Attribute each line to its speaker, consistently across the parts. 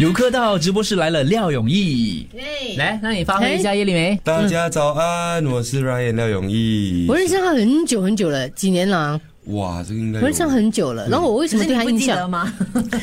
Speaker 1: 游客到直播室来了，廖永义。
Speaker 2: 哎
Speaker 3: 来，让你发挥一下叶丽梅。
Speaker 4: 大家早安，我是 Ryan 廖永义
Speaker 5: 我。认识他很久很久了，几年了、啊，
Speaker 4: 哇，这个应该
Speaker 5: 我
Speaker 4: 有
Speaker 5: 认识他很久了。然后我为什
Speaker 3: 可
Speaker 5: 么
Speaker 3: 是
Speaker 5: 对
Speaker 3: 你
Speaker 5: 他
Speaker 3: 不
Speaker 5: 印
Speaker 3: 记得
Speaker 5: 象？
Speaker 3: 吗？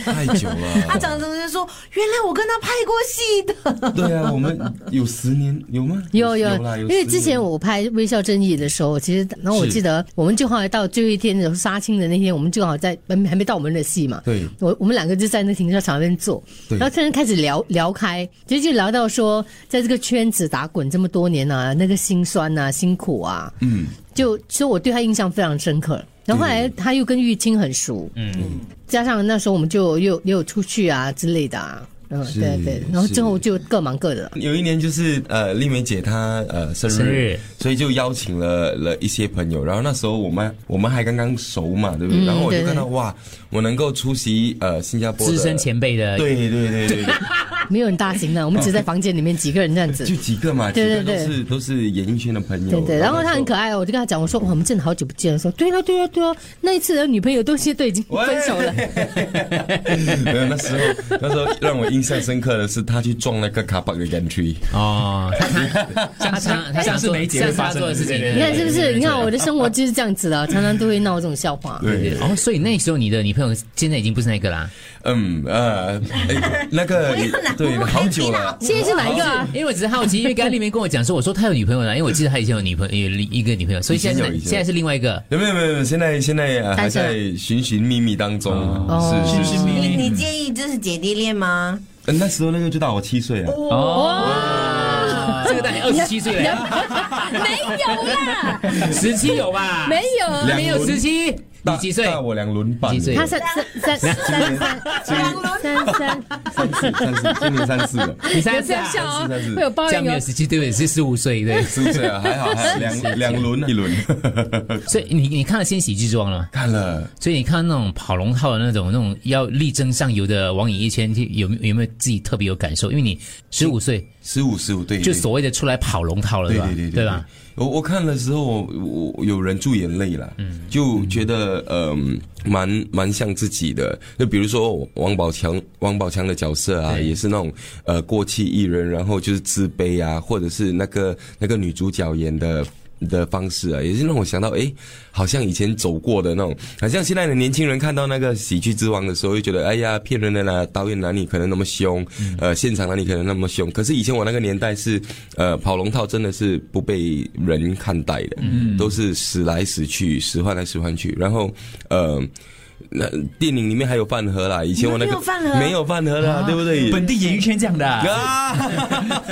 Speaker 4: 太 久了。
Speaker 3: 他讲什么就说，原来我跟他拍过戏的。
Speaker 4: 对啊，我们有十年有吗？
Speaker 5: 有有
Speaker 4: 有啦，，有
Speaker 5: 因
Speaker 4: 十
Speaker 5: 为之前
Speaker 4: 年
Speaker 5: 我拍《微笑正义》的时候，其实然后我
Speaker 4: 是
Speaker 5: 记得我们就后来到最后一天的时候，杀青的那天，我们正好在还没还没到我们的戏嘛，
Speaker 4: 对
Speaker 5: 我我们两个就在那停车场那边坐，
Speaker 4: 对
Speaker 5: 然后突然开始聊聊开，其实就聊到说，在这个圈子打滚这么多年啊，那个辛酸啊、辛苦啊，
Speaker 4: 嗯，
Speaker 5: 就所以我对他印象非常深刻。然后后来他又跟玉清很熟，嗯，加上那时候我们就又又出去啊之类的啊，嗯，
Speaker 4: 是
Speaker 5: 对对，然后之后就各忙各的了。
Speaker 4: 有一年就是呃，丽梅姐她呃生日，
Speaker 3: 生日
Speaker 4: 所以就邀请了了一些朋友。然后那时候我们我们还刚刚熟嘛，对不对？
Speaker 5: 嗯
Speaker 4: 然后我就
Speaker 5: 对
Speaker 4: 看到
Speaker 5: 对
Speaker 4: 哇，我能够出席呃新加坡的
Speaker 3: 资深前辈的，
Speaker 4: 对对对对对，
Speaker 5: 没有很大型的，我们只在房间里面几个人这样子
Speaker 4: 就。几个嘛，几
Speaker 5: 对
Speaker 4: 个
Speaker 5: 对
Speaker 4: 都是都是演艺圈的朋友。
Speaker 5: 对对，然后他很可
Speaker 4: 爱。
Speaker 5: 爱哦，我就跟他讲，我说哇我们真的好久不见，说对啊对啊对啊，那一次的女朋友都现在都已经
Speaker 4: 喂
Speaker 5: 分手了，
Speaker 4: 没有，那时候那时候让我印象深刻的是，他去撞那个卡巴的 gantry。
Speaker 3: 哦，他常他
Speaker 1: 像
Speaker 3: 常
Speaker 1: 是梅姐
Speaker 3: 像
Speaker 1: 会
Speaker 3: 是他
Speaker 1: 发生
Speaker 3: 做的事情。
Speaker 1: 对对
Speaker 5: 你
Speaker 1: 对
Speaker 5: 看是不是？你看我的生活就是这样子的，常常都会闹这种笑话。
Speaker 4: 对，
Speaker 3: 哦，所以那时候你的女朋友现在已经不是那个啦，
Speaker 4: 嗯呃，哎那 个对，好久了。
Speaker 5: 现在是哪一个啊？
Speaker 3: 因为我只是好奇，因为刚才丽梅跟我讲说，我说他有女朋友了，因为我记得他以前有女朋友，有一个女朋友，所以现在
Speaker 4: 以前有以前有
Speaker 3: 现在是另外一个。
Speaker 4: 没有没有没有，现在现在呃还
Speaker 5: 单身
Speaker 4: 在寻寻觅觅当中，
Speaker 5: 哦
Speaker 4: 是是是。
Speaker 2: 你你介意这是姐弟恋吗？
Speaker 4: 呃那时候那个就大我七岁啊，
Speaker 3: 哦，这个大你二十七 岁了，
Speaker 2: 没有啦，
Speaker 3: 十七有吧？
Speaker 5: 没有，
Speaker 4: 两
Speaker 3: 没有十七，
Speaker 4: 大
Speaker 3: 你几岁？
Speaker 4: 大我两轮半，
Speaker 3: 几岁
Speaker 5: 他三三三三三三三，
Speaker 4: 三四三四，今年三四了，
Speaker 3: 你三
Speaker 5: 不
Speaker 3: 十
Speaker 5: 要
Speaker 3: 啊？
Speaker 5: 笑啊
Speaker 4: 三十三，十
Speaker 5: 会有包
Speaker 3: 这样
Speaker 5: 养
Speaker 3: 没有
Speaker 5: 哦。
Speaker 3: 十七，对不对？是十五岁，对。
Speaker 4: 是不是啊？还好还好，两两轮一轮，
Speaker 3: 所以你你看了《新喜剧之王》了吗？
Speaker 4: 看了。
Speaker 3: 所以你看那种跑龙套的那种那种要力争上游的网瘾一圈，有没有有没有自己特别有感受？因为你十五岁
Speaker 4: 十五十五对，
Speaker 3: 就
Speaker 4: 对
Speaker 3: 所谓的出来跑龙套了，
Speaker 4: 对
Speaker 3: 吧？
Speaker 4: 对对
Speaker 3: 对吧？？
Speaker 4: 我我看的时候，我我我有人注眼泪了，
Speaker 3: 嗯
Speaker 4: 就觉得嗯、蛮蛮像自己的。就比如说王宝强，王宝强的角色啊，也是那种呃过气艺人，然后就是自卑啊，或者是那个那个女主角演的。的方式啊，也是让我想到，诶，好像以前走过的那种，好像现在的年轻人看到那个《喜剧之王》的时候，就觉得，哎呀，骗人的啦，导演哪里可能那么凶，
Speaker 2: 嗯
Speaker 4: 呃，现场哪里可能那么凶？可是以前我那个年代是，呃，跑龙套真的是不被人看待的，
Speaker 2: 嗯
Speaker 4: 都是死来死去，使唤来使唤去，然后，呃。那电影里面还有饭盒啦，以前我那个
Speaker 2: 没有饭盒啊
Speaker 4: 没有饭盒啦，对不对？
Speaker 1: 本地演艺圈这样的啊、
Speaker 4: 啊，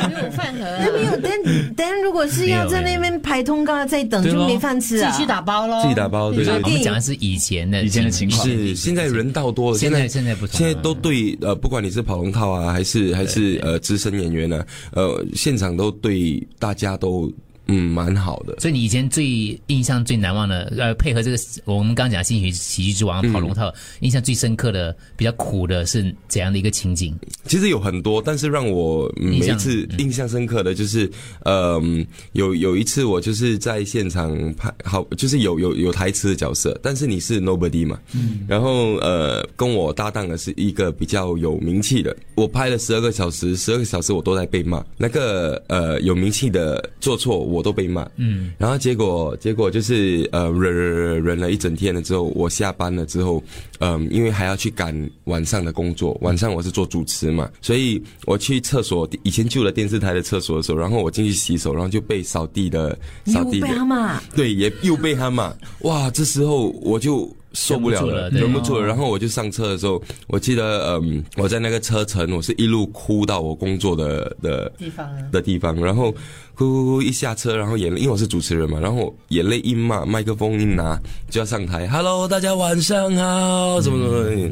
Speaker 5: 没有饭盒啊，
Speaker 2: 没有，但但如果是要在那边排通告在等，
Speaker 3: 对
Speaker 2: 就
Speaker 3: 咯
Speaker 2: 没饭吃
Speaker 5: 自
Speaker 2: 啊
Speaker 5: 己。去打包喽。
Speaker 4: 自己打包，对
Speaker 3: 我
Speaker 4: 对
Speaker 2: 电
Speaker 3: 们
Speaker 2: 影
Speaker 3: 讲的是以前的
Speaker 1: 以前的情
Speaker 3: 啊
Speaker 1: 况
Speaker 4: 是，现在人道多了，
Speaker 3: 现在
Speaker 4: 在
Speaker 3: 现在不同了
Speaker 4: 现在都对呃，不管你是跑龙套啊，还是还是呃资深演员呢、呃，现场都对大家都嗯蛮好的。
Speaker 3: 所以你以前最印象最难忘的，呃，配合这个我们刚刚讲《新喜喜剧之王》呃跑龙套，印象最深刻的、比较苦的是怎样的一个情景？
Speaker 4: 其实有很多，但是让我嗯每
Speaker 3: 印象
Speaker 4: 一次印象深刻的就是，嗯，有有一次我就是在现场拍，好，就是有有有台词的角色，但是你是 nobody 嘛，
Speaker 3: 嗯
Speaker 4: 然后呃，跟我搭档的是一个比较有名气的，我拍了十二个小时，十二个小时我都在被骂，那个呃有名气的做错我都被骂，嗯，然后结果结果就是呃忍忍忍了一整天了之后，我下班了之后，嗯、因为还要去赶晚上的工作，晚上我是做主持嘛，所以我去厕所，以前旧的电视台的厕所的时候，然后我进去洗手，然后就被扫地的
Speaker 2: 你
Speaker 4: 扫
Speaker 2: 有
Speaker 4: 地的
Speaker 2: 被他骂？
Speaker 4: 对，也又被他骂，哇！这时候我就受不了了，
Speaker 3: 忍不住了对
Speaker 4: 忍不住了。然后我就上车的时候，我记得，嗯，我在那个车程，我是一路哭到我工作的的
Speaker 5: 地方啊，
Speaker 4: 的地方，然后哭哭哭一下车，然后眼泪，因为我是主持人嘛，然后眼泪一骂，麦克风一拿就要上台，Hello，大家晚上好，怎么怎么怎么，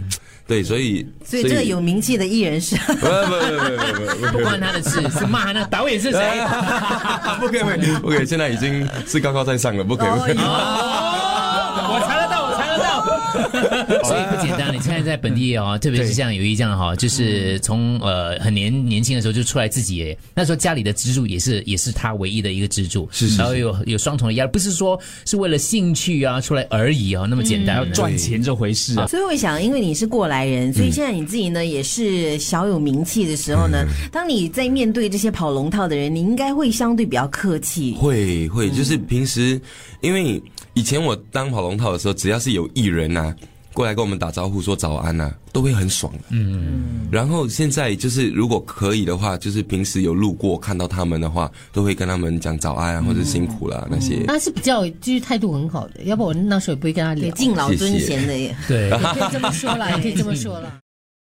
Speaker 4: 对，所以
Speaker 2: 所以这个有名气的艺人是
Speaker 4: 不不不不不不
Speaker 3: 不关他的事，是骂他那导演是谁？
Speaker 4: 不，不可以不可以不可以，现在已经是高高在上了，不可以不可以。
Speaker 3: 我查得到，我查得到，哦 所以不简单。你现在在本地哦，特别是像友谊这样哈，就是从呃很年年轻的时候就出来自己，那时候家里的支柱也是也是他唯一的一个支柱，是然后有有双重的压力，不是说是为了兴趣啊出来而已啊，那么简单。
Speaker 1: 赚钱这回事啊，
Speaker 2: 所以我想，因为你是过来人，所以现在你自己呢也是小有名气的时候呢，当你在面对这些跑龙套的人，你应该会相对比较客气。
Speaker 4: 会会，就是平时，因为以前我当跑龙套的时候，只要是有艺人呐、过来跟我们打招呼说早安呐、啊都会很爽的。嗯，然后现在就是如果可以的话，就是平时有路过看到他们的话，都会跟他们讲早安啊，或者辛苦啦、那些。
Speaker 5: 他是比较就是态度很好的，要不然我那时候也不会跟他
Speaker 2: 对，
Speaker 5: 聊。
Speaker 2: 敬老
Speaker 4: 谢谢
Speaker 2: 尊贤的耶。
Speaker 3: 对，
Speaker 5: 可以这么说啦，也可以这么说啦。